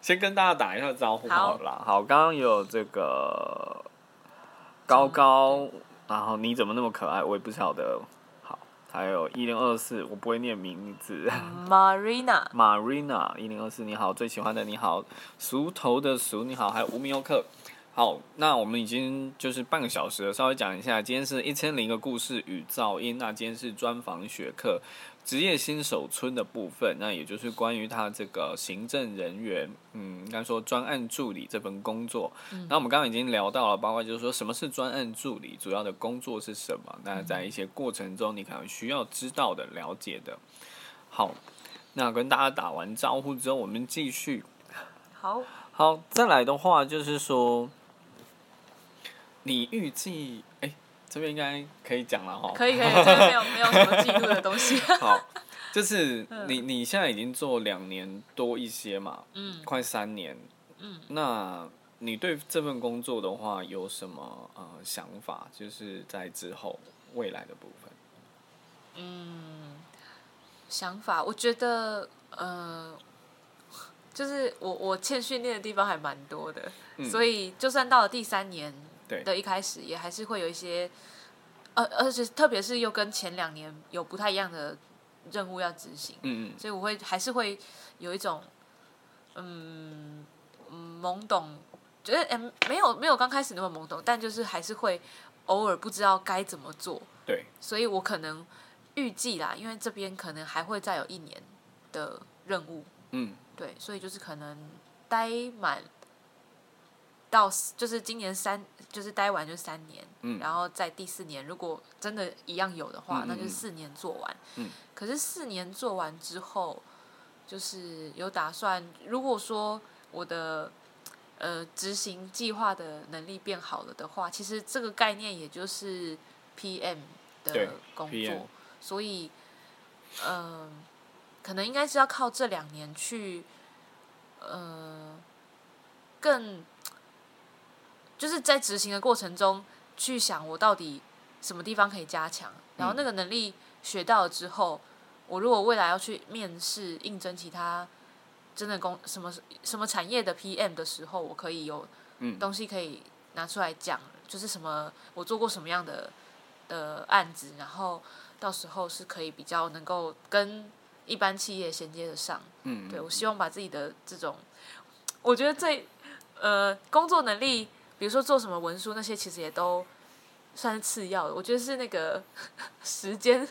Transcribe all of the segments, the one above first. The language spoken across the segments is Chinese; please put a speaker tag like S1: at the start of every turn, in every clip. S1: 先跟大家打一下招呼
S2: 好
S1: 好了。好，刚刚有这个高高，然后你怎么那么可爱？我也不晓得。好，还有一零二四，我不会念名字。
S2: Marina，
S1: Marina 一零二四，你好，最喜欢的你好，熟头的熟你好，还有无名游客。好，那我们已经就是半个小时了，稍微讲一下，今天是一千零一个故事与噪音，那今天是专访学课职业新手村的部分，那也就是关于他这个行政人员，嗯，应该说专案助理这份工作。那我们刚刚已经聊到了，包括就是说什么是专案助理，主要的工作是什么，那在一些过程中你可能需要知道的、了解的。好，那跟大家打完招呼之后，我们继续。
S2: 好，
S1: 好，再来的话就是说，你预计哎、这边应该可以讲了哈。
S2: 可以可以，这边没有没有什么记录的东西。
S1: 好， 就是你你现在已经做两年多一些嘛，
S2: 嗯
S1: 快三年。
S2: 嗯，
S1: 那你对这份工作的话有什么呃想法？就是在之后未来的部分。
S2: 嗯，想法，我觉得，呃，就是我我欠训练的地方还蛮多的，
S1: 嗯
S2: 所以就算到了第三年
S1: 对
S2: 的一开始，也还是会有一些，呃，而且特别是又跟前两年有不太一样的任务要执行，
S1: 嗯嗯
S2: 所以我会还是会有一种，嗯嗯懵懂，觉得嗯没有没有刚开始那么懵懂，但就是还是会偶尔不知道该怎么做，
S1: 对，
S2: 所以我可能预计啦，因为这边可能还会再有一年的任务，
S1: 嗯
S2: 对，所以就是可能待满到就是今年三，就是待完就三年，
S1: 嗯
S2: 然后在第四年如果真的一样有的话，
S1: 嗯嗯
S2: 那就
S1: 嗯
S2: 四年做完。
S1: 嗯
S2: 可是四年做完之后，就是有打算，如果说我的呃执行计划的能力变好了的话，其实这个概念也就是 PM
S1: 对
S2: 的工作
S1: PM，
S2: 所以嗯、可能应该是要靠这两年去呃更就是在执行的过程中去想我到底什么地方可以加强，然后那个能力学到了之后，我如果未来要去面试应征其他真的工什么什么产业的 PM 的时候，我可以有
S1: 嗯
S2: 东西可以拿出来讲，就是什么我做过什么样的的案子，然后到时候是可以比较能够跟一般企业衔接得上。
S1: 嗯，
S2: 对，我希望把自己的这种，我觉得最呃工作能力，比如说做什么文书那些，其实也都算是次要的。我觉得是那个 时间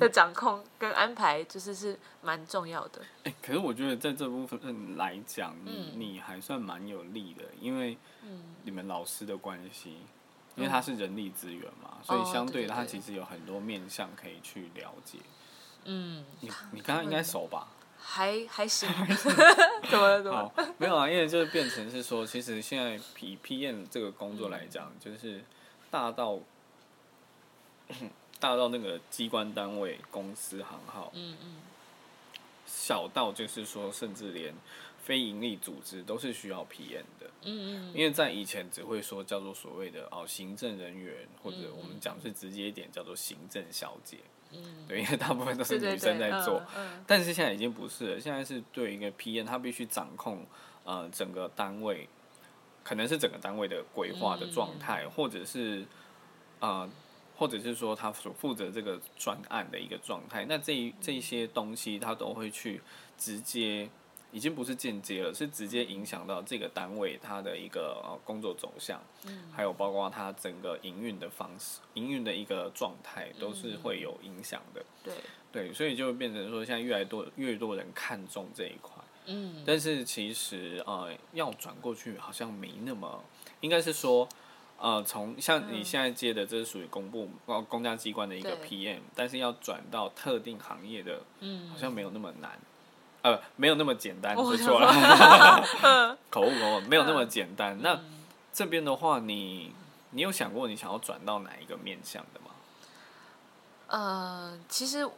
S2: 的掌控跟安排，就是是蛮重要的。
S1: 欸可是我觉得在这部分来讲，你、
S2: 嗯
S1: 你还算蛮有利的，因为
S2: 嗯
S1: 你们老师的关系，因为他是人力资源嘛，所以
S2: 哦
S1: 相
S2: 对
S1: 的
S2: 对
S1: 他
S2: 对
S1: 其实有很多面向可以去了解。
S2: 嗯，
S1: 你你刚刚应该熟吧？
S2: 还还行， 怎么了怎么了？
S1: 好，没有啊，因为就是变成是说，其实现在 P P N 这个工作
S2: 嗯
S1: 来讲，就是大到大到那个机关单位、公司、行号，
S2: 嗯嗯
S1: 小到就是说，甚至连非营利组织都是需要 P N 的。
S2: 嗯嗯
S1: 因为在以前只会说叫做所谓的哦行政人员，或者我们讲最直接一点叫做行政小姐，
S2: 嗯，
S1: 对，因为大部分都是
S2: 对对
S1: 女生在
S2: 对
S1: 做，，
S2: 嗯
S1: 但是现在已经不是了，现在是对一个 PM，他必须掌控呃整个单位，可能是整个单位的规划的状态，或者是呃，或者是说他所负责这个专案的一个状态。那这一这一些东西，他都会去直接，已经不是间接了，是直接影响到这个单位它的一个呃工作走向，还有包括它整个营运的方式、营运的一个状态，都是会有影响的。
S2: 嗯对，
S1: 对，所以就变成说，现在越来多越多人看重这一块，
S2: 嗯
S1: 但是其实呃，要转过去好像没那么，应该是说，呃，从像你现在接的，这是属于公部呃公家机关的一个
S2: 嗯对
S1: PM，但是要转到特定行业的，好
S2: 嗯，
S1: 像没有那么难，呃，没有那么简单，
S2: 我
S1: 说
S2: 想嗯
S1: 错了， 口误口误，没有那么简单。那这边的话，你你有想过你想要转到哪一个面向的吗？
S2: 呃，其实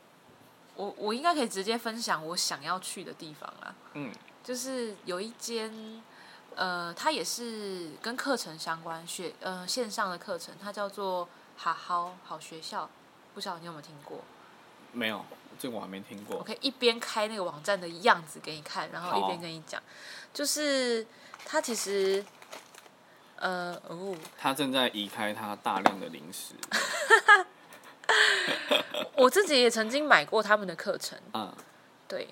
S2: 我我应该可以直接分享我想要去的地方啦。
S1: 嗯，
S2: 就是有一间，呃，它也是跟课程相关，学呃线上的课程，它叫做好好好学校，不知道你有没有听过？
S1: 没有，这个我还没听
S2: 我
S1: 过。
S2: 可以一边开那个网站的样子给你看，然后一
S1: 好
S2: 边跟你讲，就是它其实，呃，哦，
S1: 他正在移开他大量的零 食。
S2: 我自己也曾经买过他们的课程，
S1: 嗯，
S2: 对，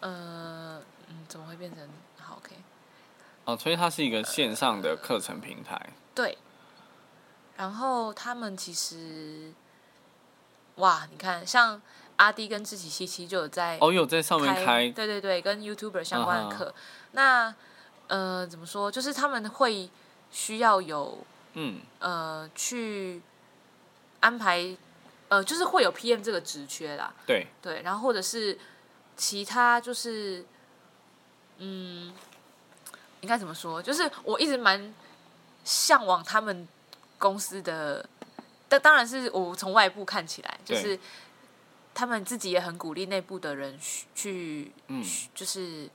S2: 呃，嗯，怎么会变成好 OK？
S1: 哦，所以它是一个线上的课程平台。
S2: 对，然后他们其实，哇，你看，像阿弟跟志奇七七就有在
S1: 哦，有在上面开
S2: 对对对，跟 YouTuber 相关
S1: 嗯
S2: 的
S1: 哼
S2: 课。那呃，怎么说？就是他们会需要有
S1: 嗯
S2: 呃去安排，呃，就是会有 PM 这个职缺啦，
S1: 对，
S2: 对，然后或者是其他就是，嗯，嗯应该怎么说？就是我一直蛮向往他们公司的，但当然是我从外部看起来，就
S1: 对
S2: 是他们自己也很鼓励内部的人去去，
S1: 嗯
S2: 就是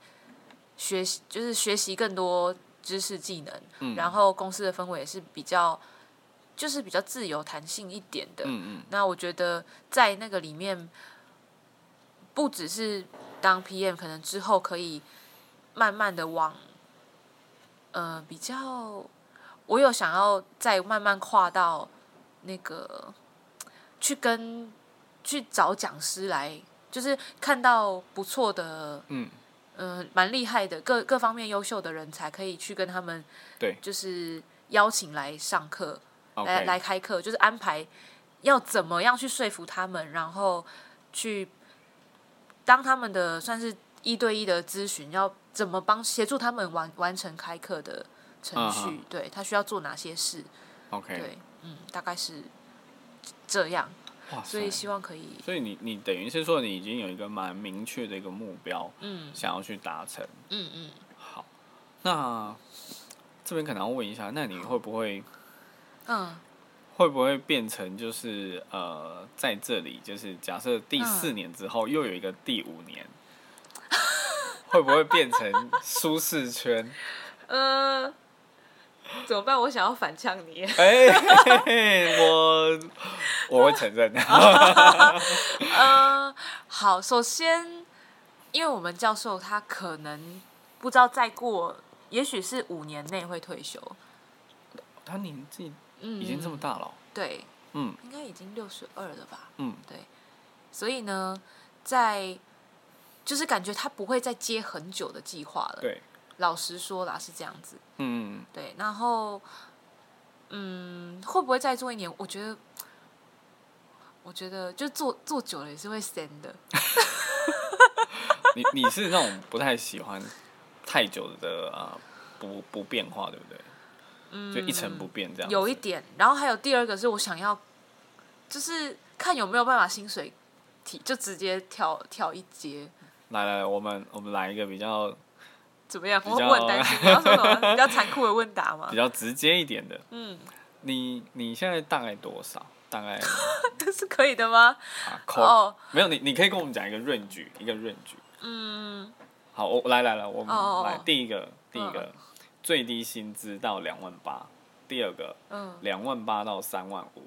S2: 学习，就是学习更多知识技能，
S1: 嗯
S2: 然后公司的氛围也是比较，就是比较自由弹性一点的，
S1: 嗯嗯
S2: 那我觉得在那个里面，不只是当 PM，可能之后可以慢慢的往，呃，比较，我有想要再慢慢跨到那个去跟去找讲师来，就是看到不错的，
S1: 嗯，
S2: 嗯、蛮厉害的各各方面优秀的人才，可以去跟他们
S1: 对
S2: 就是邀请来上课。来
S1: 嗯
S2: 来
S1: ，OK，
S2: 开课，就是安排要怎么样去说服他们，然后去当他们的算是一对一的咨询，要怎么帮协助他们完完成开课的程序
S1: 嗯
S2: 对他需要做哪些事，
S1: ，OK，
S2: 对，嗯，大概是这样，
S1: 哇
S2: 所
S1: 塞
S2: 以！希望可以，
S1: 所以你你等于是说你已经有一个蛮明确的一个目标，
S2: 嗯
S1: 想要去达成。
S2: 嗯嗯，
S1: 好，那这边可能要问一下，那你会不会
S2: 嗯，
S1: 会不会变成就是呃，在这里就是假设第四年之后又有一个第五 年，会不会变成舒适 圈？
S2: 呃，怎么办？我想要反呛你，
S1: 哎、嘿嘿哎我我会承 认，啊
S2: 呃，好，首先，因为我们教授他可能不知道再过，也许是五年内会退休。
S1: 他年纪
S2: 嗯，
S1: 已经这么大了哦、
S2: 对，
S1: 嗯
S2: 应该已经六十二了吧？
S1: 嗯，
S2: 所以呢，在就是感觉他不会再接很久的计划了。
S1: 对，
S2: 老实说啦，是这样子。
S1: 嗯
S2: 对，然后，嗯，会不会再做一年？我觉得，我觉得就做做久了也是会闲的。
S1: 你你是那种不太喜欢太久的啊、呃不不变化，对不对？嗯，就一成不变这样子。
S2: 有一点，然后还有第二个是我想要，就是看有没有办法薪水提就直接跳跳一阶，
S1: 来来，来我们我们来一个比较
S2: 怎么样？
S1: 比
S2: 我
S1: 较
S2: 我很担心，你要说什么比较残酷的问答吗
S1: 比？较直接一点的。
S2: 嗯，
S1: 你你现在大概多少？大 概
S2: 这嗯是可以的吗？
S1: 啊，扣、
S2: 哦，
S1: 没有你，你可以跟我们讲一个润局，一个润局。
S2: 嗯，
S1: 好，我来来来，我们
S2: 哦哦哦
S1: 来第一个，第一
S2: 嗯
S1: 个最低薪资到两万八，第二个
S2: 嗯，
S1: 两万八到三万五，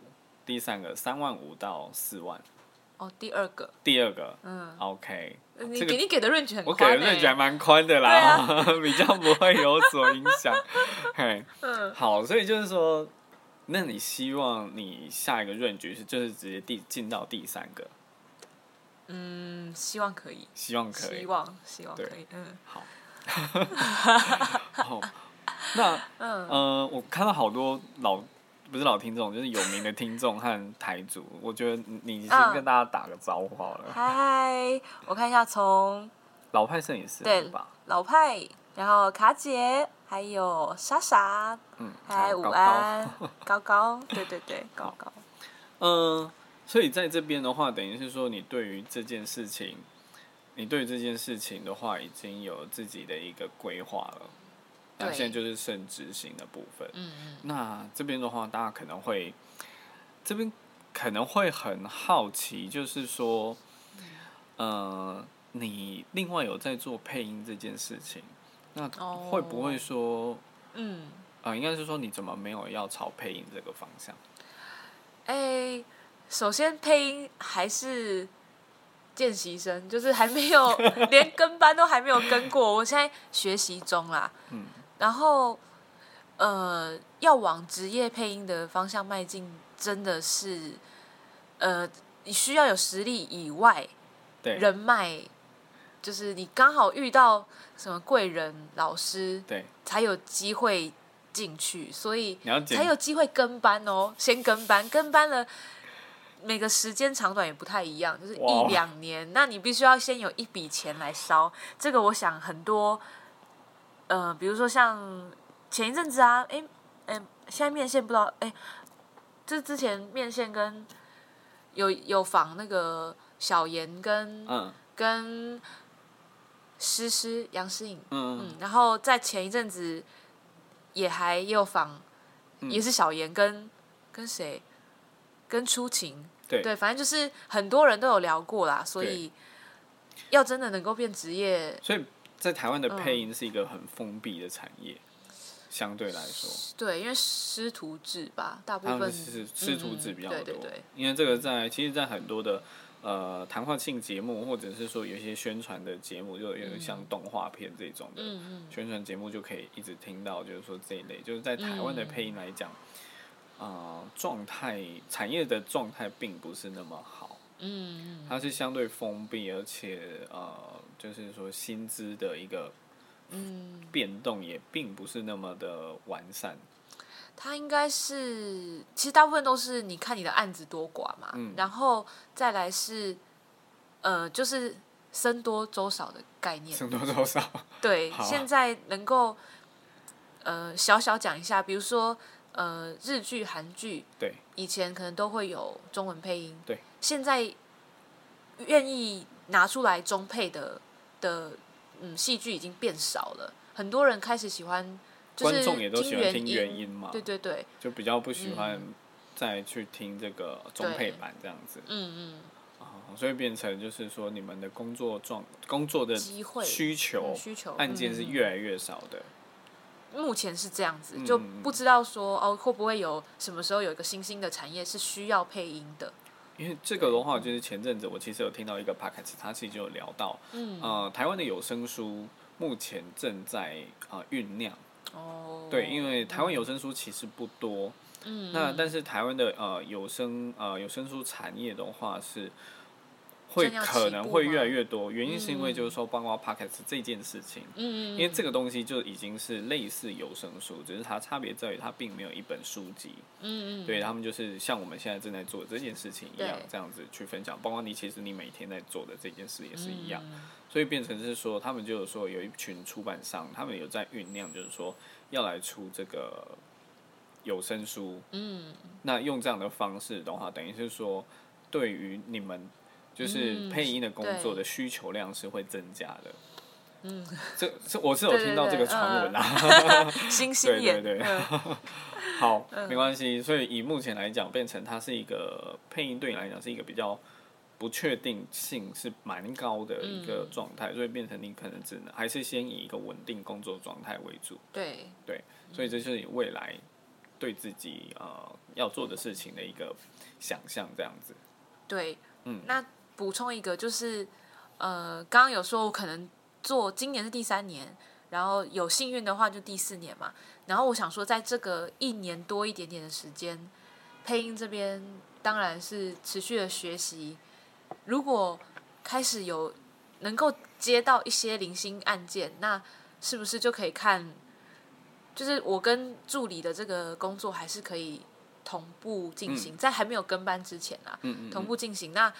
S1: 第三个三万五到四万，
S2: 哦，第二个，
S1: 第二个
S2: 嗯，
S1: OK，
S2: 你
S1: 这个
S2: 给你给的 range 很
S1: 我给的
S2: 宽
S1: 润局还
S2: 欸，
S1: 蛮宽的啦，
S2: 啊
S1: 比较不会有所影响。 嘿，
S2: 嗯，
S1: 好，所以就是说，那你希望你下一个润局是就是直接第进到第三个，
S2: 嗯，希望可以，
S1: 希望可以
S2: 希。望希望
S1: 对
S2: 可以，嗯
S1: 好，好，那
S2: 嗯
S1: 呃，我看到好多老不是老听众，就是有名的听众和台主，我觉得你你先
S2: 嗯
S1: 跟大家打个招呼好了。
S2: 嗨，我看一下从
S1: 老派摄影师啊
S2: 对
S1: 是吧？
S2: 老派，然后卡姐，还有莎莎，
S1: 嗯，
S2: 嗨，午
S1: 高高
S2: 安，高高，对对 对，高高，
S1: 嗯，所以在这边的话，等于是说你对于这件事情，你对于这件事情的话，已经有自己的一个规划了。那
S2: 对
S1: 现在就是剩执行的部分。
S2: 嗯嗯，
S1: 那这边的话，大家可能会，这边可能会很好奇，就是说，呃，你另外有在做配音这件事情，那
S2: 哦
S1: 会不会说，
S2: 嗯，
S1: 呃，应该是说你怎么没有要朝配音这个方向？
S2: 哎，首先配音还是见习生，就是还没 有连跟班都还没有跟过，我现在学习中啦。
S1: 嗯，
S2: 然后呃，要往职业配音的方向迈进，真的是呃，你需要有实力以外，
S1: 对
S2: 人脉，就是你刚好遇到什么贵人老师，
S1: 对，
S2: 才有机会进去，所以
S1: 你要捡
S2: 才有机会跟班哦。先跟班，跟班了，每个时间长短也不太一样，就是
S1: 哇哦
S2: 一两年。那你必须要先有一笔钱来烧，这个我想很多，呃，比如说像前一阵子啊，诶，诶，现在面线不知道，诶，这之前面线跟有有访那个小严跟、
S1: 嗯
S2: 跟诗诗杨诗颖。
S1: 嗯
S2: 嗯，然后在前一阵子也还也有访，
S1: 嗯
S2: 也是小严跟跟谁，跟初晴，
S1: 对
S2: 反正就是很多人都有聊过啦，所以要真的能够变职业，
S1: 所以在台湾的
S2: 嗯
S1: 配音是一个很封闭的产业，相对来说，
S2: 对，因为师徒制吧，大部
S1: 他们
S2: 分
S1: 是师徒制比较多，
S2: 嗯、对对对，
S1: 因为这个在其实，在很多的呃谈话性节目，或者是说有一些宣传的节目，就有像动画片这种的
S2: 嗯嗯，
S1: 宣传节目，就可以一直听到，就是说这一类，就是在台湾的
S2: 嗯
S1: 配音来讲，啊、状态产业的状态并不是那么好。
S2: 嗯嗯
S1: 它是相对封闭，而且呃，就是说薪资的一个
S2: 嗯，
S1: 变动也并不是那么的完善。
S2: 他应该是，其实大部分都是你看你的案子多寡嘛，
S1: 嗯
S2: 然后再来是，呃，就是僧多粥少的概念，
S1: 僧 多粥少，
S2: 对，
S1: 好啊
S2: 现在能够呃小小讲一下，比如说呃日剧、韩剧，
S1: 对，
S2: 以前可能都会有中文配音，
S1: 对，
S2: 现在愿意拿出来中配的的嗯戏剧已经变少了，很多人开始喜欢就
S1: 观
S2: 是
S1: 众也都喜欢听
S2: 原
S1: 原音嘛，
S2: 对对对，
S1: 就比较不喜欢再去听这个中配
S2: 嗯对
S1: 版这样子
S2: 嗯
S1: 啊、所以变成就是说你们的工作状工作的
S2: 嗯，机会
S1: 需求
S2: 嗯、需求
S1: 案件是
S2: 嗯嗯
S1: 越来越少的。
S2: 目前是这样子
S1: 嗯，
S2: 就
S1: 嗯嗯
S2: 不知道说哦会不会有什么时候有一个新兴的产业是需要配音的，
S1: 因为这个的话，就是前阵子我其实有听到一个 p o d c a s t 他其实就有聊到，
S2: 嗯
S1: 呃，台湾的有声书目前正在啊酝酿，
S2: 哦，
S1: 对，因为台湾有声书其实不多，
S2: 嗯，
S1: 那但是台湾的呃有声呃有声书产业的话是。会
S2: 正要
S1: 可
S2: 起
S1: 能
S2: 步
S1: 会
S2: 吗
S1: 越来越多，原因是因为
S2: 嗯
S1: 就是说，包括 p o d c a s t 这件事情，
S2: 嗯，嗯
S1: 因为这个东西就已经是类似有声书，只是它差别在于它并没有一本书籍，
S2: 嗯嗯，
S1: 对他们就是像我们现在正在做这件事情一样
S2: 对，
S1: 这样子去分享。包括你其实你每天在做的这件事也
S2: 也
S1: 是一样，，所以变成是说，他们就有说有一群出版商，他们有在酝酿，就是说要来出这个有声书。
S2: 嗯
S1: 那用这样的方式的话，等于是说，对于你们就是
S2: 嗯
S1: 配音的工作
S2: 对
S1: 的需求量是会增加的。
S2: 嗯，
S1: 这这我是有听到这个传闻啦。
S2: 星
S1: 对
S2: 星
S1: 对嗯
S2: 眼，
S1: 对， 好，没关系。所以以目前来讲，变成它是一个配音，对你来讲是一个比较不确定性是蛮高的一个状态，所以变成你可能只能还是先以一个稳定工作状态为主。
S2: 对，
S1: 所以这就是你未来对自己呃要做的事情的一个想象，这样子。
S2: 对，
S1: 嗯，
S2: 那补充一个就是，呃，刚刚有说我可能做今年是第三年，然后有幸运的话就第四年嘛。然后我想说，在这个一年多一点点的时间，配音这边当然是持续的学习。如果开始有能够接到一些零星案件，那是不是就可以看？就是我跟助理的这个工作还是可以同步进行，在还没有跟班之前啊，
S1: 嗯嗯
S2: 同
S1: 嗯，
S2: 步进行。那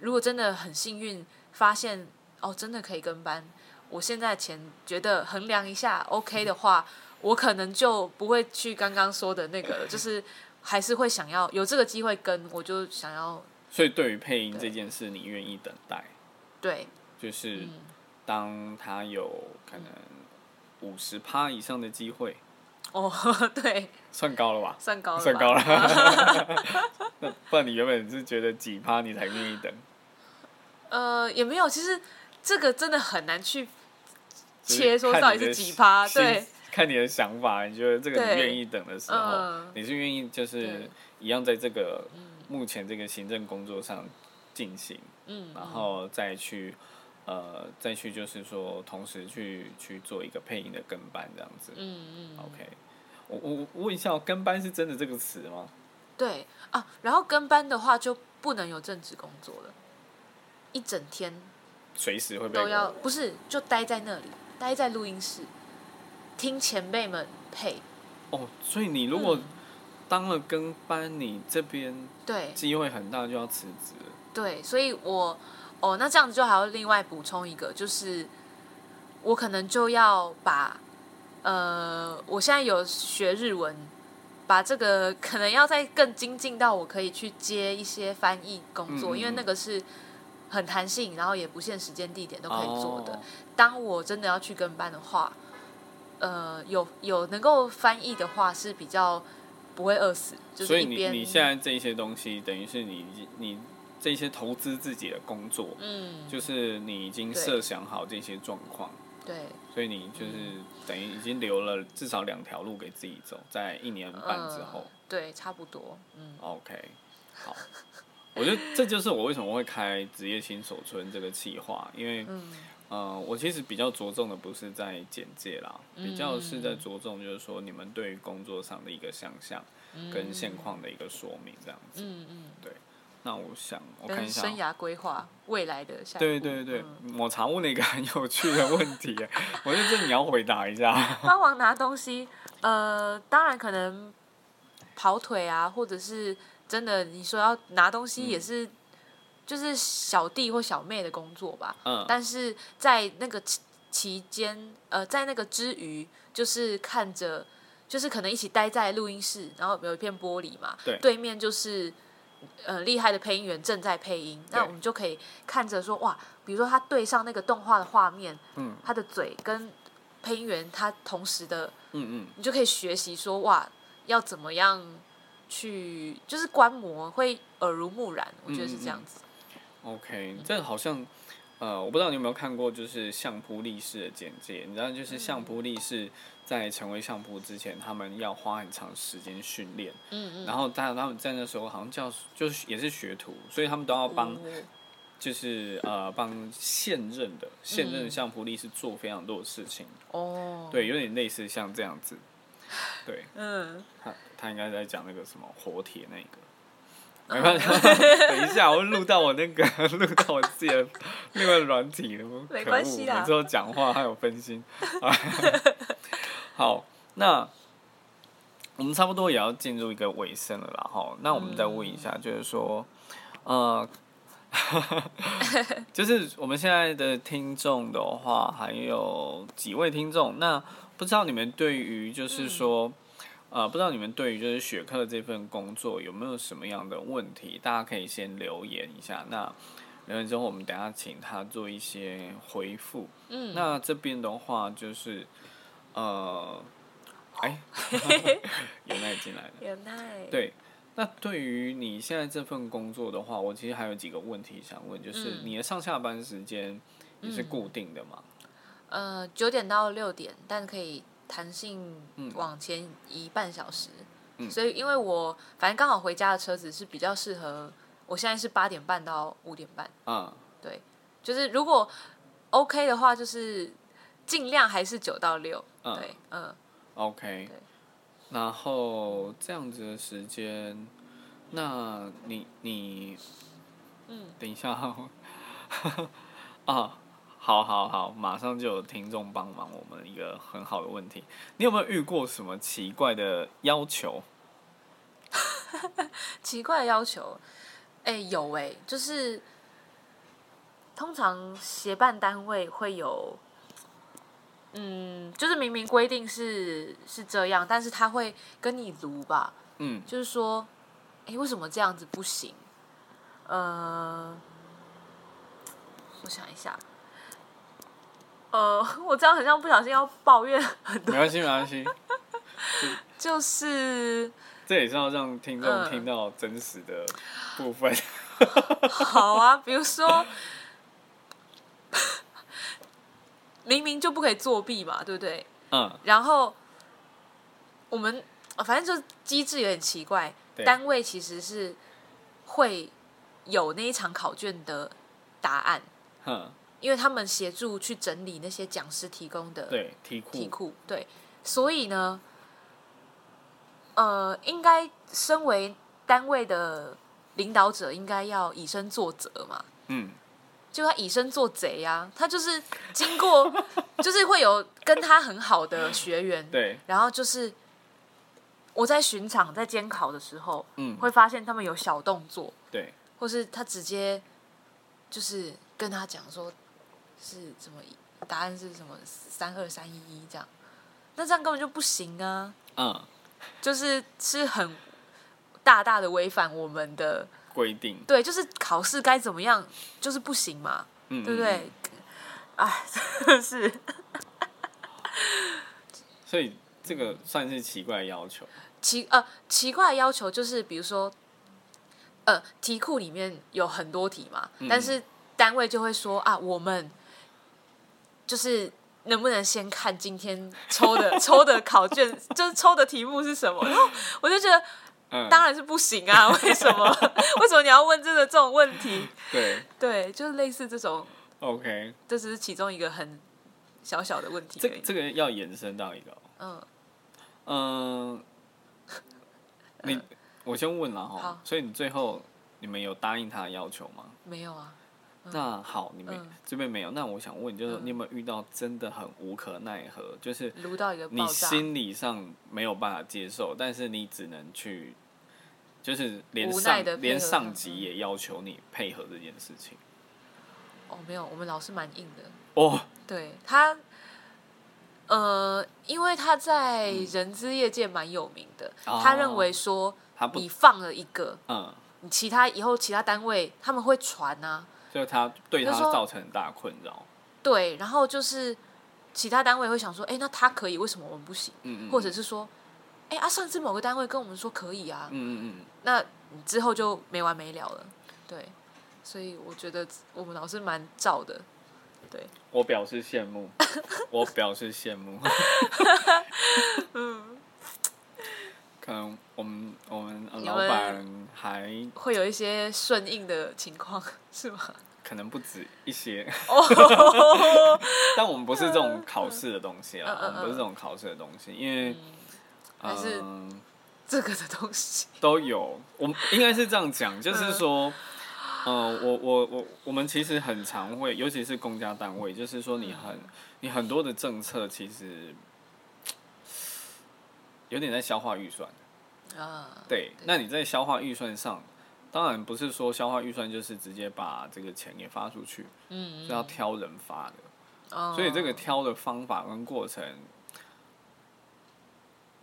S2: 如果真的很幸运发现哦，真的可以跟班，我现在钱觉得衡量一下 OK 的话，我可能就不会去刚刚说的那 个了，就是还是会想要有这个机会跟，我就想要
S1: 所以对于配音这件事，你愿意等待，
S2: 对，
S1: 就是
S2: 嗯，
S1: 当他有可能五十趴以上的机会，
S2: 哦，对，
S1: 算高了吧？
S2: 算高了，
S1: 算高，了。 那不然你原本是觉得几趴你才愿意等？
S2: 呃，也没有，其实这个真的很难去
S1: 就是
S2: 切说
S1: 看
S2: 到
S1: 你
S2: 底是
S1: 的
S2: 几趴，
S1: 心
S2: 对，，
S1: 看你的想法，你觉得这个你
S2: 对
S1: 愿意等的时候
S2: 嗯，
S1: 你是愿意就是
S2: 对
S1: 一样在这个目前这个行政工作上进行，
S2: 嗯，
S1: 然
S2: 嗯
S1: 后再去呃再去就是说同时去去做一个配音的跟班这样子。
S2: 嗯嗯
S1: OK，我我我问一下哦，跟班是真的这个词吗？
S2: 对啊，然后跟班的话就不能有正职工作了，一整天
S1: 随时会被
S2: 都要不是就待在那里，待在录音室，听前辈们配，
S1: 哦，所以你如果
S2: 嗯
S1: 当了跟班，你这边
S2: 对
S1: 机会很大就要辞职了。
S2: 对，所以我哦，那这样子就还要另外补充一个，就是我可能就要把呃，我现在有学日文，把这个可能要再更精进到我可以去接一些翻译工作，
S1: 嗯嗯
S2: 因为
S1: 嗯
S2: 那个是很弹性，然后也不限时间地点都可以做的。
S1: 哦
S2: 当我真的要去跟班的话，呃，有有能够翻译的话是比较不会饿死，就是
S1: 所以
S2: 一
S1: 你
S2: 边
S1: 你现在这些东西，等于是你你这些投资自己的工作，
S2: 嗯，
S1: 就是你已经
S2: 对嗯
S1: 设想好这些状况，
S2: 对
S1: 所以你就是等于已经留了至少两条路给自己走，在一年半之后
S2: 呃。对，差不多，嗯
S1: OK，好，我觉得这就是我为什么会开职业新手村这个计划，因为
S2: 嗯
S1: 呃，我其实比较着重的不是在简介啦，比较是在
S2: 嗯
S1: 着重就是说你们对于工作上的一个想象
S2: 嗯，
S1: 跟现况的一个说明这样子。
S2: 嗯嗯，
S1: 那我想我看一
S2: 跟
S1: 下
S2: 生
S1: 哦，
S2: 涯规划未来的下一步，
S1: 对对对
S2: 嗯，
S1: 我常问了一个 很有趣的问题耶，我觉得这你要回答一 下。
S2: 帮忙拿东西，呃，当然可能跑腿啊，或者是真的你说要拿东西
S1: 嗯
S2: 也是。就是小弟或小妹的工作吧，
S1: 嗯，
S2: 但是在那个期期间，呃，在那个之余，就是看着，就是可能一起待在录音室，然后有一片玻璃嘛，
S1: 对
S2: 面就是呃厉害的配音员正在配音，那
S1: 对
S2: 我们就可以看着说，哇，比如说他对上那个动画的画面，
S1: 嗯
S2: 他的嘴跟配音员他同时的，
S1: 嗯
S2: 你就可以学习说，哇，要怎么样去，就是观摩，会耳濡目染，我觉得是这样子，
S1: 嗯，OK，这好像呃，我不知道你有没有看过，就是相扑力士的简介。你知道，
S2: 嗯
S1: 就是相扑力士在成为相扑之前，他们要花很长时间训练，
S2: 嗯嗯，
S1: 然后他他们在那时候好像叫就是也是学徒，所以他们都要帮
S2: 我
S1: 就是呃帮现任的现任
S2: 嗯
S1: 的相扑力士做非常多的事情，
S2: 哦，
S1: 对，有点类似像这样子，对。
S2: 嗯，
S1: 他他应该在讲那个什么火铁那个。没
S2: 哦
S1: 办法， 等一下我会录到我那个 录到我自己的另外软体了，
S2: 没
S1: 可
S2: 关系
S1: 恶
S2: 啦
S1: 我之后讲话还有分心。 好，那我们差不多也要进入一个尾声了啦，哈。那我们再问一下，就是说，呃， 就是我们现在的听众的话，还有几位听众？那不知道你们对于就是说。呃，不知道你们对于就是雪克这份工作有没有什么样的问题？大家可以先留言一下。那留言之后，我们等一下请他做一些回复。
S2: 嗯，
S1: 那这边的话就是，呃，哎， 有奈进来了。
S2: 有奈，
S1: 对，那对于你现在这份工作的话，我其实还有几个问题想问，就是
S2: 嗯
S1: 你的上下班时间也是固定的吗？
S2: 呃，九点到六点，但可以弹性
S1: 嗯
S2: 往前移半小时。
S1: 嗯
S2: 所以因为我反正刚好回家的车子是比较适合，我现在是八点半到五点半，
S1: 啊、
S2: 就是如果 OK 的话，就是尽量还是九到六、
S1: 嗯
S2: 对，嗯，
S1: o k
S2: 对
S1: 然后这样子的时间，那你你，
S2: 嗯，
S1: 等一下哦，啊，好好好，马上就有听众帮忙我们一个很好的问题，你有没有遇过什么奇怪的要求？
S2: 奇怪的要求，哎、有哎、就是通常协办单位会有，嗯，就是明明规定是是这样，但是他会跟你撸吧，
S1: 嗯
S2: 就是说，哎、为什么这样子不行？呃，我想一下，呃， 我这样很像不小心要抱怨，
S1: 没关系没关系，
S2: 就是
S1: 这也是要让听众
S2: 嗯
S1: 听到真实的部 分。
S2: 好啊，比如说， 明明就不可以作弊嘛，对不对？
S1: 嗯，
S2: 然后我们呃反正就是机制有点奇怪，
S1: 对，
S2: 单位其实是会有那一场考卷的答案，
S1: 哼，
S2: 因为他们协助去整理那些讲师提供的
S1: 对，题库，
S2: 题库，对，所以呢，呃，应该身为单位的领导者，应该要以身作则嘛。
S1: 嗯，
S2: 就他以身作贼呀、他就是经过， 就是会有跟他很好的学员，
S1: 对，
S2: 然后就是我在巡场在监考的时候，
S1: 嗯，
S2: 会发现他们有小动作，
S1: 对，
S2: 或是他直接就是跟他讲说是怎么答案是什么三二三一一这样，那这样根本就不行啊！
S1: 嗯，
S2: 就是是很大大的违反我们的
S1: 规定，
S2: 对，就是考试该怎么样就是不行嘛，
S1: 嗯，
S2: 对不
S1: 嗯？嗯
S2: 对？哎，真的是
S1: 所以这个算是奇怪的要求，
S2: 奇呃奇怪的要求就是，比如说，呃，题库里面有很多题嘛，
S1: 嗯
S2: 但是单位就会说啊，我们就是能不能先看今天抽 的抽的考卷，就是抽的题目是什么？然后我就觉得
S1: 嗯，
S2: 当然是不行 啊，为什么？为什么你要问这个这种问题？
S1: 对
S2: 对，就是类似这种，
S1: ，OK，
S2: 这只是其中一个很小小的问题
S1: 这
S2: 而已。
S1: 这个要延伸到一个哦，
S2: 嗯，
S1: 嗯，你我先问了哈
S2: 呃好，
S1: 所以你最后你们有答应他的要求吗？
S2: 没有啊，
S1: 那好，你们
S2: 嗯
S1: 这边没有，那我想问，就是
S2: 嗯
S1: 你有没有遇到真的很无可奈何，就是
S2: 撸到一个
S1: 你
S2: 爆炸，
S1: 心理上没有办法接受，但是你只能去，就是连
S2: 无
S1: 上
S2: 奈地配合
S1: 连上级也要求你配合这件事情。
S2: 哦，没有，我们老师蛮硬的。
S1: 哦，
S2: 对他，呃，因为他在人资业界蛮有名的，
S1: 嗯哦
S2: 他认为说
S1: 他不
S2: 你，放了一个，
S1: 嗯，
S2: 你其他以后其他单位他们会传啊，
S1: 就是他对他
S2: 就说
S1: 造成很大的困扰。
S2: 对，然后就是其他单位会想说，哎、那他可以，为什么我们不行？
S1: 嗯嗯，
S2: 或者是说，哎、啊，上次某个单位跟我们说可以啊，
S1: 嗯嗯嗯，
S2: 那你之后就没完没了了，对，所以我觉得我们老师蛮照的，对，
S1: 我表示羡 慕，我表示羡慕。
S2: 嗯，
S1: 可能我们我们呃
S2: 你们
S1: 老板还
S2: 会有一些顺应的情况 是吗？
S1: 可能不止一些，
S2: 哦，
S1: 但我们不是这种考试的东西啦
S2: 嗯，嗯
S1: 我们
S2: 嗯
S1: 不是这种考试的东西，因为
S2: 还是
S1: 嗯
S2: 这个的东西，
S1: 都有，我们应该是这样讲，就是说，呃，我我我我们其实很常会，尤其是公家单位，就是说你很你很多的政策其实有点在消化预算。
S2: 啊，
S1: 对，那你在消化预算上，当然不是说消化预算就是直接把这个钱给发出去，
S2: 嗯，
S1: 是要挑人发的。
S2: 哦
S1: 所以这个挑的方法跟过程，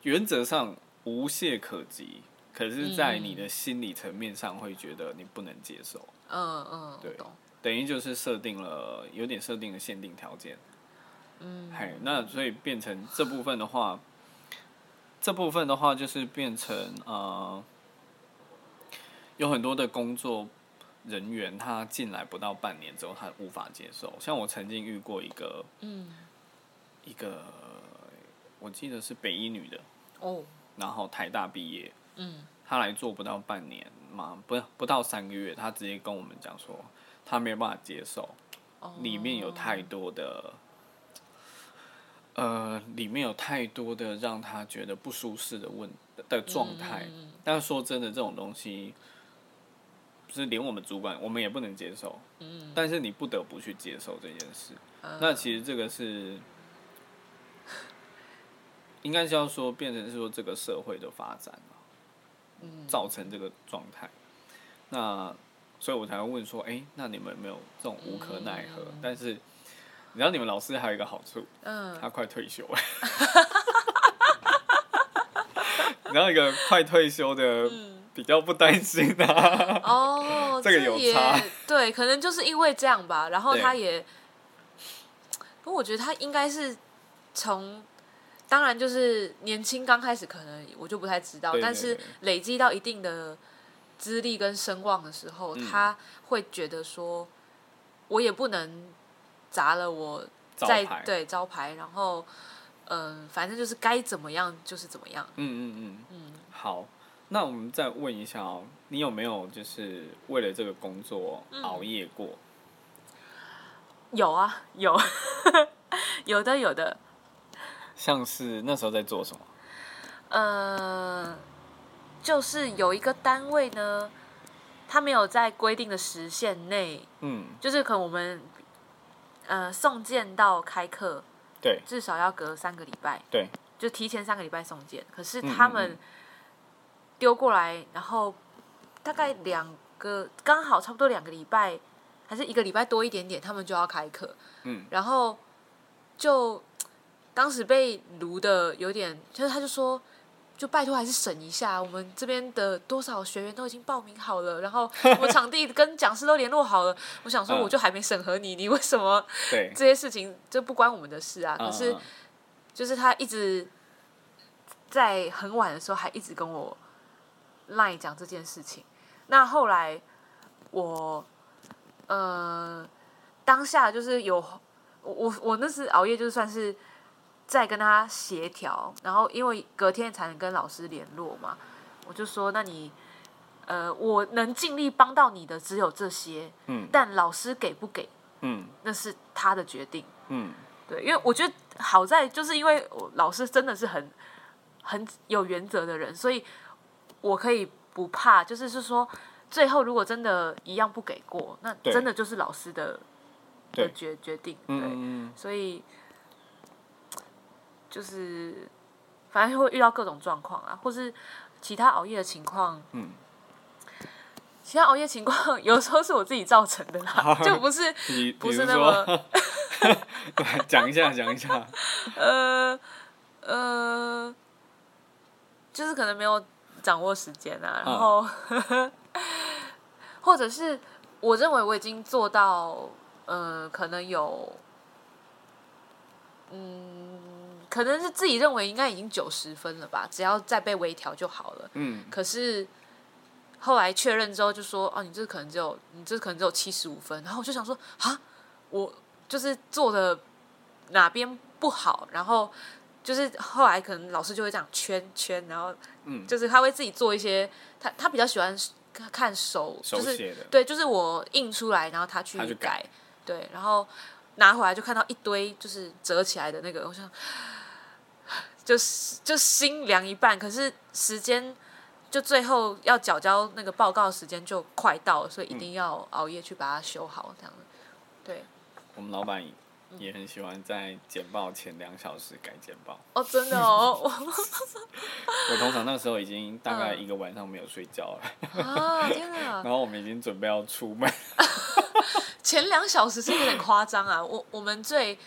S1: 原则上无懈可击，可是，在你的心理层面上会觉得你不能接受，
S2: 嗯嗯，
S1: 对
S2: 懂，
S1: 等于就是设定了有点设定了限定条件。
S2: 嗯
S1: 嘿，那所以变成这部分的话，这部分的话就是变成呃，有很多的工作人员他进来不到半年之后，他无法接受。像我曾经遇过一个
S2: 嗯，
S1: 一个，我记得是北医女的，
S2: 哦，
S1: 然后台大毕业，
S2: 嗯，
S1: 她来做不到半年嘛，不不到三个月，她直接跟我们讲说，她没有办法接受，
S2: 哦
S1: 里面有太多的，呃，里面有太多的让她觉得不舒适的问的状态。
S2: 嗯
S1: 但是说真的，这种东西，就是连我们主管我们也不能接受，
S2: 嗯，
S1: 但是你不得不去接受这件事。
S2: 嗯
S1: 那其实这个是，应该是要说变成是说这个社会的发展啊
S2: 嗯
S1: 造成这个状态。那所以我才会问说，哎、那你们有没有这种无可奈何？但是你知道你们老师还有一个好处，
S2: 嗯，
S1: 他快退休了。 然后一个快退休的
S2: 嗯
S1: 比较不担心 啊，
S2: 哦，
S1: 这个有
S2: 也
S1: 差
S2: 对，可能就是因为这样吧，然后
S1: 对
S2: 他也，不过我觉得他应该是从。当然，就是年轻刚开始，可能我就不太知道，
S1: 对对
S2: 但是
S1: 对
S2: 累积到一定的资历跟声望的时候，
S1: 嗯
S2: 他会觉得说，我也不能砸了我
S1: 招
S2: 在
S1: 牌，
S2: 对招牌，然后嗯、反正就是该怎么样就是怎么样，
S1: 嗯嗯嗯，
S2: 嗯
S1: 好，那我们再问一下哦，你有没有就是为了这个工作熬夜过？
S2: 有啊，有， 有的，有的。
S1: 像是那时候在做什么？
S2: 呃，就是有一个单位呢，他没有在规定的时限内，
S1: 嗯，
S2: 就是可能我们呃送件到开课
S1: 对
S2: 至少要隔三个礼拜，
S1: 对，
S2: 就提前三个礼拜送件。可是
S1: 嗯嗯
S2: 他们丢过来，然后大概两个刚好差不多两个礼拜，还是一个礼拜多一点点，他们就要开课。
S1: 嗯，
S2: 然后就当时被撸的有点，就是他就说，就拜托还是审一下，我们这边的多少学员都已经报名好了，然后我们场地跟讲师都联络好了。我想说，
S1: 嗯
S2: 我就还没审核你，你为什么
S1: 对。
S2: 这些事情这不关我们的事啊？可
S1: 嗯
S2: 是
S1: 嗯
S2: 就是他一直在很晚的时候还一直跟我赖讲这件事情。那后来我呃当下就是有我我我那次熬夜就算是在跟他协调，然后因为隔天才能跟老师联络嘛，我就说那你。呃，我能尽力帮到你的只有这些，
S1: 嗯
S2: 但老师给不给
S1: 嗯
S2: 那是他的决定。
S1: 嗯
S2: 对，因为我觉得好在就是因为我老师真的是很很有原则的人，所以我可以不怕，就是是说最后如果真的一样不给过，那
S1: 对
S2: 真的就是老师的
S1: 对
S2: 的决决定，对，
S1: 嗯，嗯
S2: 所以就是反正会遇到各种状况啊，或是其他熬夜的情况，
S1: 嗯，
S2: 其他熬夜情况 有时候是我自己造成的啦， 就不是
S1: 比比
S2: 不
S1: 如
S2: 是那
S1: 说
S2: 么，
S1: 来讲一下讲一 下，
S2: 呃呃，就是可能没有掌握时间啊，然后、或者是我认为我已经做到，呃，可能有，嗯，可能是自己认为应该已经九十分了吧，只要再被微调就好了。
S1: 嗯
S2: 可是后来确认之后就说，哦，你这可能只有你这可能只有七十五分。然后我就想说，啊，我就是做的哪边不好，然后就是后来可能老师就会这样圈圈，然后
S1: 嗯，
S2: 就是他会自己做一些，他他比较喜欢看手，
S1: 手
S2: 就是
S1: 写的，
S2: 对，就是我印出来，然后他去
S1: 他去改
S2: 对，然后拿回来就看到一堆就是折起来的那个，我想，就是就心凉一半，可是时间就最后要缴交那个报告时间就快到了，所以一
S1: 嗯
S2: 定要熬夜去把它修好，这样子。对，
S1: 我们老板也很喜欢在简报前两小时改简 报。
S2: 哦，真的哦， 我
S1: 我通常那时候已经大概
S2: 嗯
S1: 一个晚上没有睡觉了，
S2: 啊，天哪
S1: 然， 后我们已经准备要出门。
S2: 前两小时是有点夸张啊，我我们最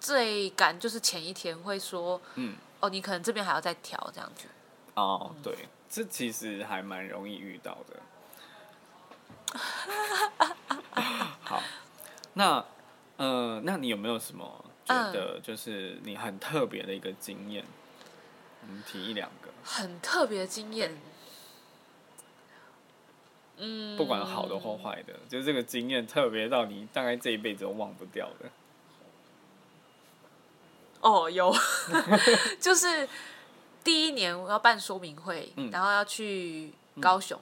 S2: 最赶就是前一天会说，
S1: 嗯，
S2: 哦，你可能这边还要再调这样子。
S1: 哦，
S2: 嗯
S1: 对，这其实还蛮容易遇到的。 好，那呃，那你有没有什么觉
S2: 嗯
S1: 得就是你很特别的一个经验？我们提一两个，
S2: 很特别的经验。嗯，
S1: 不管好的或坏的，就是这个经验特别到你大概这一辈子都忘不掉的。
S2: 哦，有， 就是第一年我要办说明会，
S1: 嗯
S2: 然后要去高雄，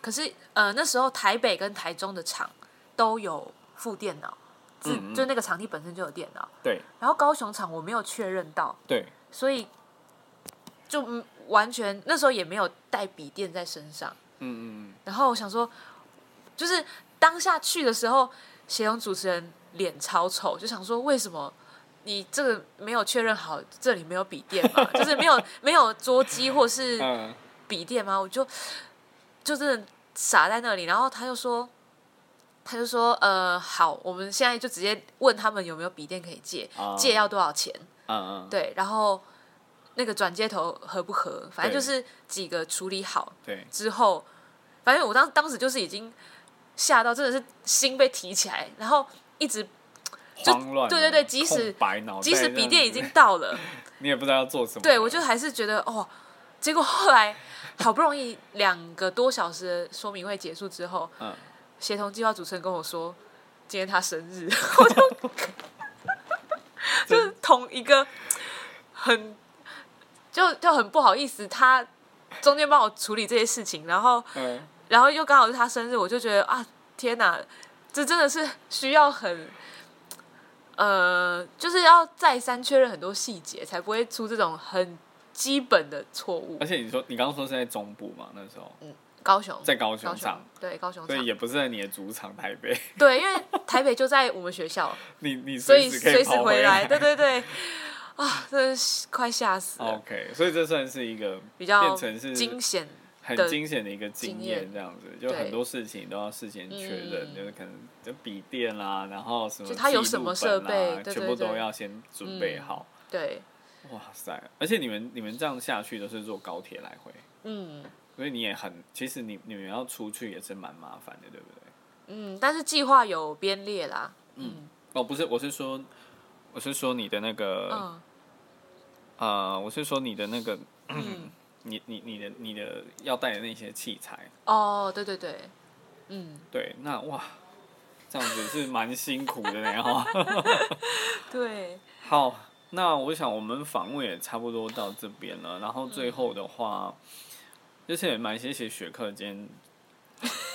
S2: 可是呃那时候台北跟台中的场都有附电脑，自
S1: 嗯嗯
S2: 就那个场地本身就有电脑，
S1: 对
S2: 然后高雄场我没有确认到，
S1: 对，
S2: 所以就嗯完全那时候也没有带笔电在身上。
S1: 嗯嗯
S2: 然后我想说，就是当下去的时候，协同主持人脸超丑，就想说为什么你这个没有确认好，这里没有笔电嘛，就是没有没有桌机或是
S1: 嗯嗯，
S2: 笔电吗？我就就真的傻在那里，然后他就说。他就说：“呃，好，我们现在就直接问他们有没有笔电可以借，
S1: 哦
S2: 借要多少钱？
S1: 嗯嗯，
S2: 对，然后那个转接头合不合？反正
S1: 对
S2: 就是几个处理好，
S1: 对，
S2: 之后，反正我当当时就是已经吓到，真的是心被提起来，然后一直就
S1: 慌乱啊，
S2: 对对对即使
S1: 空白脑袋
S2: 即使
S1: 这
S2: 笔
S1: 样
S2: 电已
S1: 子
S2: 经到了，
S1: 你也不知道要做什么了，
S2: 对我就还是觉得哦，结果后来好不容易两个多小时的说明会结束之后，
S1: 嗯，
S2: 协同计划主持人跟我说，今天他生日， 我就 就是同一个很就就很不好意思，他中间帮我处理这些事情，然后
S1: 嗯，
S2: 然后又刚好是他生日，我就觉得啊，天哪，这真的是需要很，呃，就是要再三确认很多细节，才不会出这种很基本的错误
S1: 而。且你说你刚刚说是在中部嘛，那时候
S2: 高雄，
S1: 在高雄
S2: 嗯高雄
S1: 上，，
S2: 对高雄
S1: 所以
S2: 场，
S1: 也不是在你的主场台北，
S2: 对，因为台北就在我们学校，
S1: 你你
S2: 所以
S1: 时可
S2: 随
S1: 以
S2: 时
S1: 跑
S2: 回
S1: 来，
S2: 对对对， 啊，真是快吓死了，
S1: OK，所以这算是一个
S2: 比较
S1: 哦变成是
S2: 惊险，
S1: 很
S2: 的
S1: 惊险的一个经
S2: 经
S1: 验，
S2: 验
S1: 这样子，就
S2: 对
S1: 很多事情都要事先确认，
S2: 嗯
S1: 就是可能就笔电啦，然后什么
S2: 就它有什么
S1: 记录本啦
S2: 设备对
S1: 全部
S2: 对对嗯
S1: 都要先准备好。
S2: 对，
S1: 哇塞！而且你们你们这样下去都是坐高铁来回，
S2: 嗯
S1: 所以你也很，其实你你们要出去也是蛮麻烦的，对不对？
S2: 嗯，但是计划有编列啦，嗯
S1: 哦，不是，我是说，我是说你的那个，
S2: 嗯
S1: 呃，我是说你的那个，
S2: 嗯，
S1: 你你你的你的要带的那些器材，
S2: 哦，对对对，嗯，
S1: 对，那哇，这样子是蛮辛苦的呢，哈。
S2: 对，
S1: 好，那我想我们访问也差不多到这边了。然后最后的话，就是也蛮谢谢雪克今天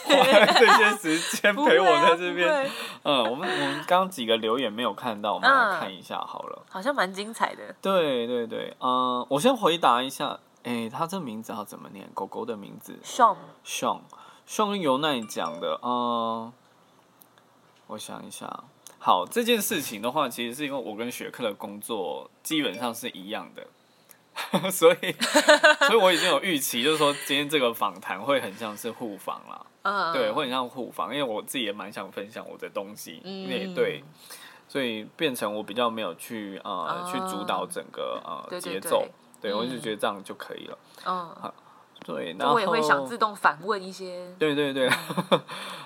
S1: 花了这些时间
S2: 不
S1: 陪我
S2: 会啊
S1: 在这边。
S2: 不会
S1: 嗯，我们我们刚刚几个留言没有看到，我们
S2: 嗯
S1: 来看一下好了。
S2: 好像蛮精彩的。
S1: 对对对，嗯、我先回答一下，诶，他这名字要怎么念？狗狗的名字
S2: Sean，
S1: Sean，Sean 跟尤奈讲的，嗯、我想一下，好，这件事情的话，其实是因为我跟学克的工作基本上是一样的， 所 以，所以我已经有预期，就是说今天这个访谈会很像是互访啦，
S2: 嗯，
S1: 对，会很像互访，因为我自己也蛮想分享我的东西，
S2: 嗯
S1: 也对，所以变成我比较没有去呃、
S2: 啊
S1: 去主导整个呃
S2: 对对
S1: 节
S2: 对
S1: 奏，对我
S2: 嗯
S1: 就觉得这样就可以了，
S2: 嗯，
S1: 对，然后
S2: 我也会想自动反问 一些，
S1: 对对对，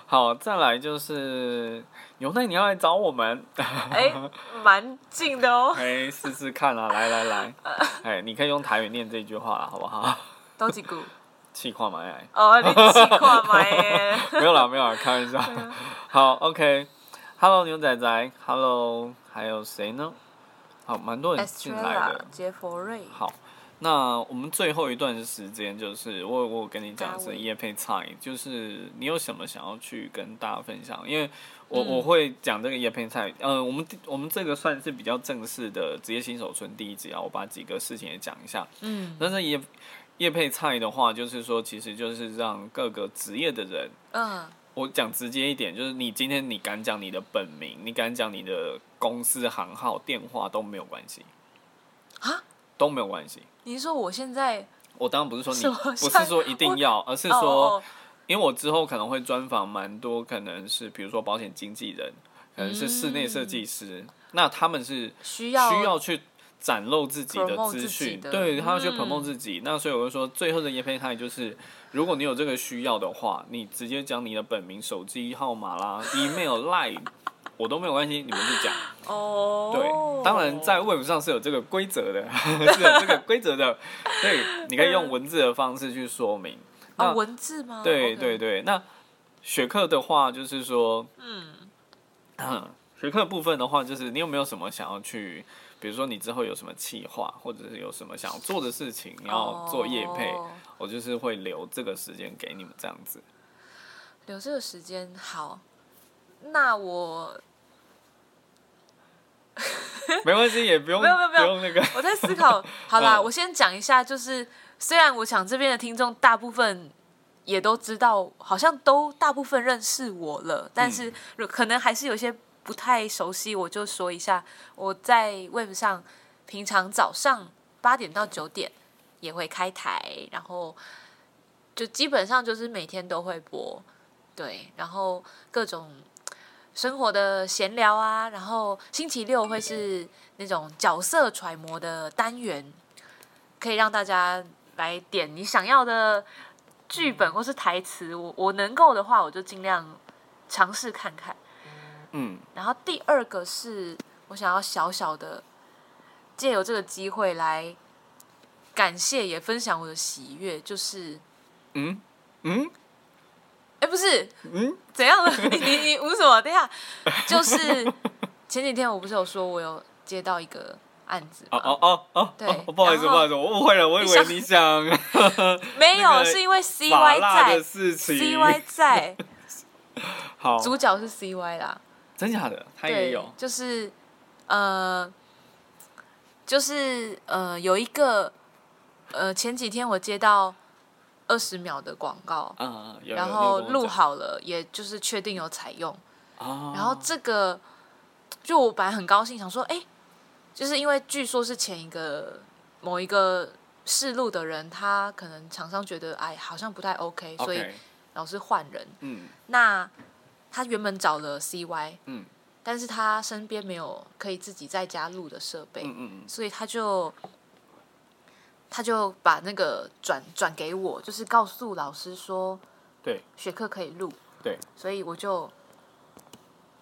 S1: 好，再来就是牛奶，你要来找我们，
S2: 哎，蛮近的哦，
S1: 哎，试试看啊，来来来，哎，你可以用台语念这句话啦，好不好？
S2: 都几股
S1: 气话嘛，哎，
S2: 哦，你奇怪嘛 耶？
S1: 没有啦，没有啦，开玩笑。 好，OK，Hello、牛仔仔，Hello，还有谁呢？好，蛮多人进来
S2: Estrella
S1: 的。
S2: 杰佛瑞，
S1: 好，那我们最后一段时间就是我我有跟你讲
S2: 大
S1: 是
S2: 卫
S1: 夜配菜，就是你有什么想要去跟大家分享？因为我、
S2: 嗯
S1: 我会讲这个夜配菜，呃，我们第我们这个算是比较正式的职业新手村第一集啊，我把几个事情也讲一下。
S2: 嗯
S1: 但是夜夜配菜的话，就是说其实就是让各个职业的人。
S2: 嗯
S1: 我讲直接一点，就是你今天你敢讲你的本名，你敢讲你的公司行号、电话都没有关系，
S2: 啊，
S1: 都没有关系。
S2: 你是说我现在
S1: 我当然不是说你
S2: 什么
S1: 不是
S2: 像
S1: 说一定要，而是
S2: 哦
S1: 说，
S2: 哦
S1: 因为我之后可能会专访蛮多，可能是比如说保险经纪人，可能是室内设计师，那他们是
S2: 需
S1: 需
S2: 要
S1: 要去展露自己的
S2: promote
S1: 资
S2: 自己
S1: 讯，
S2: 的
S1: 对，他要去
S2: 嗯
S1: promote 自己。那所以我就说，最后的叶配态就是，如果你有这个需要的话，你直接讲你的本名、手机号码啦、email、line，我都没有关系，你们去讲。
S2: 哦，
S1: 对，当然在 Web 上是有这个规则的， 是有这个规则的，所 以你可以用文字的方式去说明。那
S2: 啊文字吗？
S1: 对
S2: OK
S1: 对，对，那学课的话就是说，
S2: 嗯
S1: 学课部分的话就是你有没有什么想要去，比如说你之后有什么计划，或者是有什么想要做的事情，你要做业配，
S2: 哦
S1: 我就是会留这个时间给你们这样子。
S2: 留这个时间好，那我
S1: 没关系，也不用
S2: 没有没有没有
S1: 不用那个，
S2: 我在思考。好啦，
S1: 嗯
S2: 我先讲一下，就是虽然我想这边的听众大部分也都知道，好像都大部分认识我了，但是如可能还是有些不太熟悉，我就说一下，我在 Web 上平常早上八点到九点也会开台，然后就基本上就是每天都会播，对，然后各种。生活的闲聊啊，然后星期六会是那种角色揣摩的单元，可以让大家来点你想要的剧本或是台词。我我能够的话，我就尽量尝试看看。
S1: 嗯
S2: 然后第二个是我想要小小的借由这个机会来感谢也分享我的喜悦，就是
S1: 嗯嗯
S2: 哎不是
S1: 嗯，
S2: 怎样了？你你你无什么？等一下，就是前几天我不是有说我有接到一个案子
S1: 哦
S2: 嘛。
S1: 哦哦哦，
S2: 对
S1: 哦不好意思，不
S2: 然后
S1: 好意思，我误会了，我以
S2: 你
S1: 为
S2: 想
S1: 你想
S2: 没有，
S1: 那个
S2: 是因为
S1: 法
S2: CY
S1: 拉的
S2: 在
S1: 事情。
S2: ，CY 在，
S1: 好，
S2: 主角是 CY 啦。
S1: 真假的，他也
S2: 对
S1: 有，
S2: 就是呃，就是呃，有一个呃，前几天我接到二十秒的广告，
S1: 嗯，有有
S2: 然
S1: 你有
S2: 后
S1: 跟我
S2: 录
S1: 讲
S2: 好了，也就是确定有采用。
S1: 哦
S2: 然后这个，就我本来很高兴，想说，哎、就是因为据说是前一个某一个试录的人，他可能厂商觉得，哎，好像不太 OK，所以
S1: OK，
S2: 老是换人。
S1: 嗯
S2: 那他原本找了 CY，
S1: 嗯
S2: 但是他身边没有可以自己在家录的设备，
S1: 嗯嗯
S2: 所以他就他就把那个转转给我，就是告诉老师说
S1: 对
S2: 学课可以录，
S1: 对，
S2: 所以我就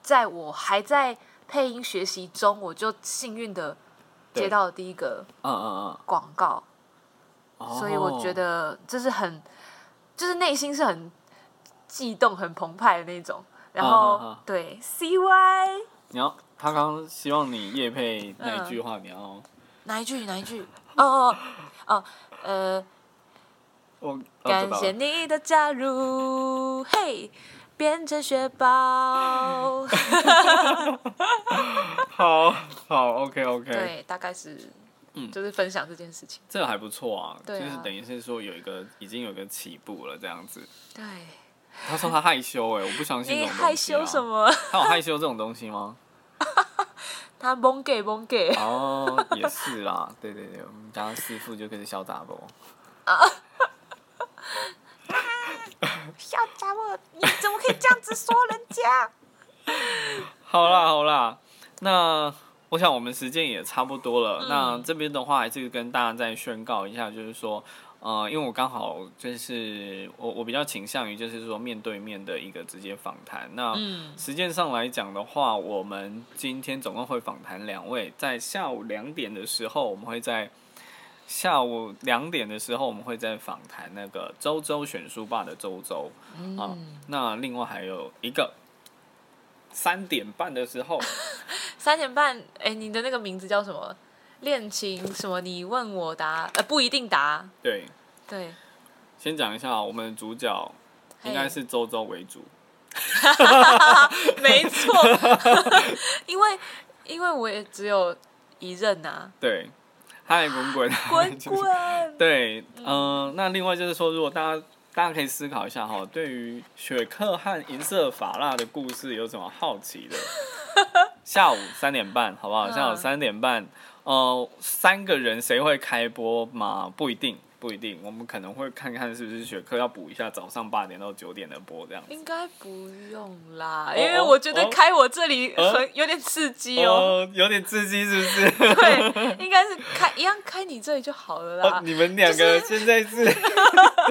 S2: 在我还在配音学习中，我就幸运的
S1: 对
S2: 接到了第一个
S1: 嗯嗯
S2: 广告，
S1: 嗯，
S2: 所以我觉
S1: 哦
S2: 得这是很，就是内心是很悸动、很澎湃的那种。然后、
S1: 嗯嗯嗯
S2: 对 CY
S1: 你要他刚刚希望你叶配那一
S2: 嗯
S1: 句话，你要
S2: 哪一句哪一句？ 哦哦哦哦，呃，
S1: 我哦知
S2: 感
S1: 道
S2: 谢
S1: 了
S2: 你的加入，嘿，变成雪 宝。
S1: 好好 OK OK，
S2: 对，大概是，
S1: 嗯
S2: 就是分享这件事情。
S1: 这个还不错啊，就
S2: 对啊
S1: 是等于是说有一个已经有一个起步了这样子。
S2: 对，
S1: 他说他害羞哎，我不相信这
S2: 你
S1: 种
S2: 害
S1: 东西啊
S2: 羞什？么？
S1: 他有害羞这种东西吗？
S2: 他蒙给蒙 给，
S1: 哦，也是啦，对对对，我们家师傅就开始笑大波。
S2: 校长我，你怎么可以这样子说人家？
S1: 好啦好啦，那我想我们时间也差不多了。那这边的话，还是跟大家再宣告一下，就是说，呃，因为我刚好就是我我比较倾向于就是说面对面的一个直接访谈。那
S2: 嗯
S1: 时间上来讲的话，我们今天总共会访谈两位，在下午两点的时候，我们会在。下午两点的时候，我们会在访谈那个周周选书吧的周周，啊
S2: 嗯，
S1: 那另外还有一个三点半的时候，
S2: 三点半，哎、你的那个名字叫什么？恋情什么？你问我答，呃，不一定答。
S1: 对，
S2: 对，
S1: 先讲一下我们的主角应该是周周为主，
S2: 嘿 没错， 因为因为我也只有一任啊呐、
S1: 对，嗨滚滚，
S2: 滚
S1: 就是
S2: 滚，
S1: 对，嗯、那另外就是说，如果大家大家可以思考一下哈，对于雪克和银色法蜡的故事有什么好奇的？下午三点半，好不好？
S2: 嗯
S1: 下午三点半，呃，三个人谁会开播吗？不一定，不一定，我们可能会看看是不是雪克要补一下早上八点到九点的播这样。
S2: 应该不用啦，
S1: 哦
S2: 因为我觉得
S1: 哦
S2: 开我这里
S1: 哦
S2: 很有点刺激哦。
S1: 哦，有点刺激是不是？
S2: 对，应该是开一样开你这里就好了
S1: 哦
S2: 啦，，
S1: 你们两个现在是，
S2: 开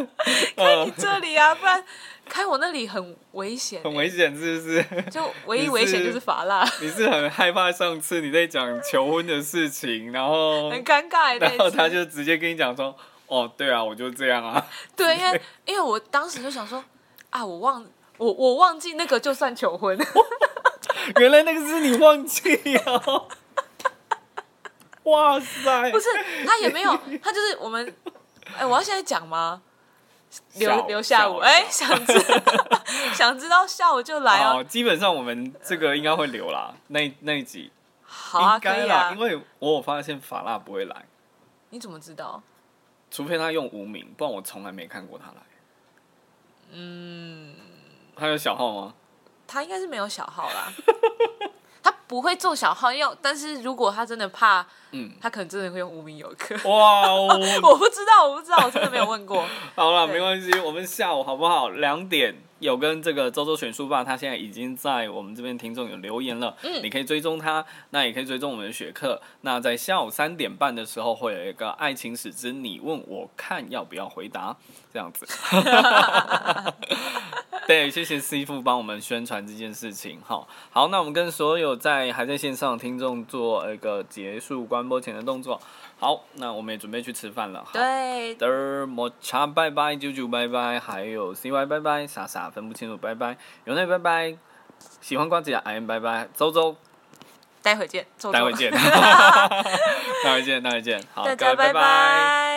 S2: 你
S1: 呃，
S2: 这里啊，不然开我那里很危险欸、
S1: 很危险是不是？
S2: 就唯
S1: 你
S2: 一危险
S1: 是
S2: 就是法拉，
S1: 你是很害怕上次你在讲求婚的事情，然后
S2: 很尴尬欸。那
S1: 然后
S2: 一次
S1: 他就直接跟你讲说，哦，对啊，我就这样啊，
S2: 对，因为因为我当时就想说，啊，我忘我我忘记那个就算求婚，
S1: 原来那个是你忘记哦， 哇塞，
S2: 不是他也没有，他就是我们，哎、我要现在讲吗？
S1: 下
S2: 留
S1: 午
S2: 留下午，
S1: 下午
S2: 哎、 想知 想知道下午就来
S1: 好，
S2: 哦，
S1: 基本上我们这个应该会留啦，那一那一集
S2: 好啊，
S1: 应
S2: 可
S1: 该
S2: 以
S1: 啦，
S2: 啊
S1: 因。为我有发现法拉不会来，
S2: 你怎么知道？
S1: 除非他用无名，不然我从来没看过他来。
S2: 嗯，
S1: 他有小号吗？
S2: 他应该是没有小号啦， 他不会做小号，要但是如果他真的怕，
S1: 嗯，
S2: 他可能 真的会用无名游客。
S1: 哇哦，
S2: 我不知道，我不知道，我真的没有问过。
S1: 好了，
S2: 对
S1: 没关系，我们下午好不好？两点有跟这个周周选书吧，他现在已经在我们这边听众有留言了，
S2: 嗯
S1: 你可以追踪他，那也可以追踪我们的学课。那在下午三点半的时候，会有一个《爱情史之你问我看要不要回答》这样 子。对，谢谢师傅帮我们宣传这件事情。好，好，那我们跟所有在还在线上的听众做一个结束关播前的动作。好，那我们也准备去吃饭了。好。
S2: 对，
S1: 的抹茶拜拜，九九拜拜，还有 CY 拜拜，傻傻哎 分不清楚拜拜，有内拜拜，喜欢瓜子的 M 拜拜，周周
S2: 待会见，周周
S1: 待会见，待会见，待会见，好，
S2: 大
S1: 各
S2: 家
S1: 位，拜
S2: 拜。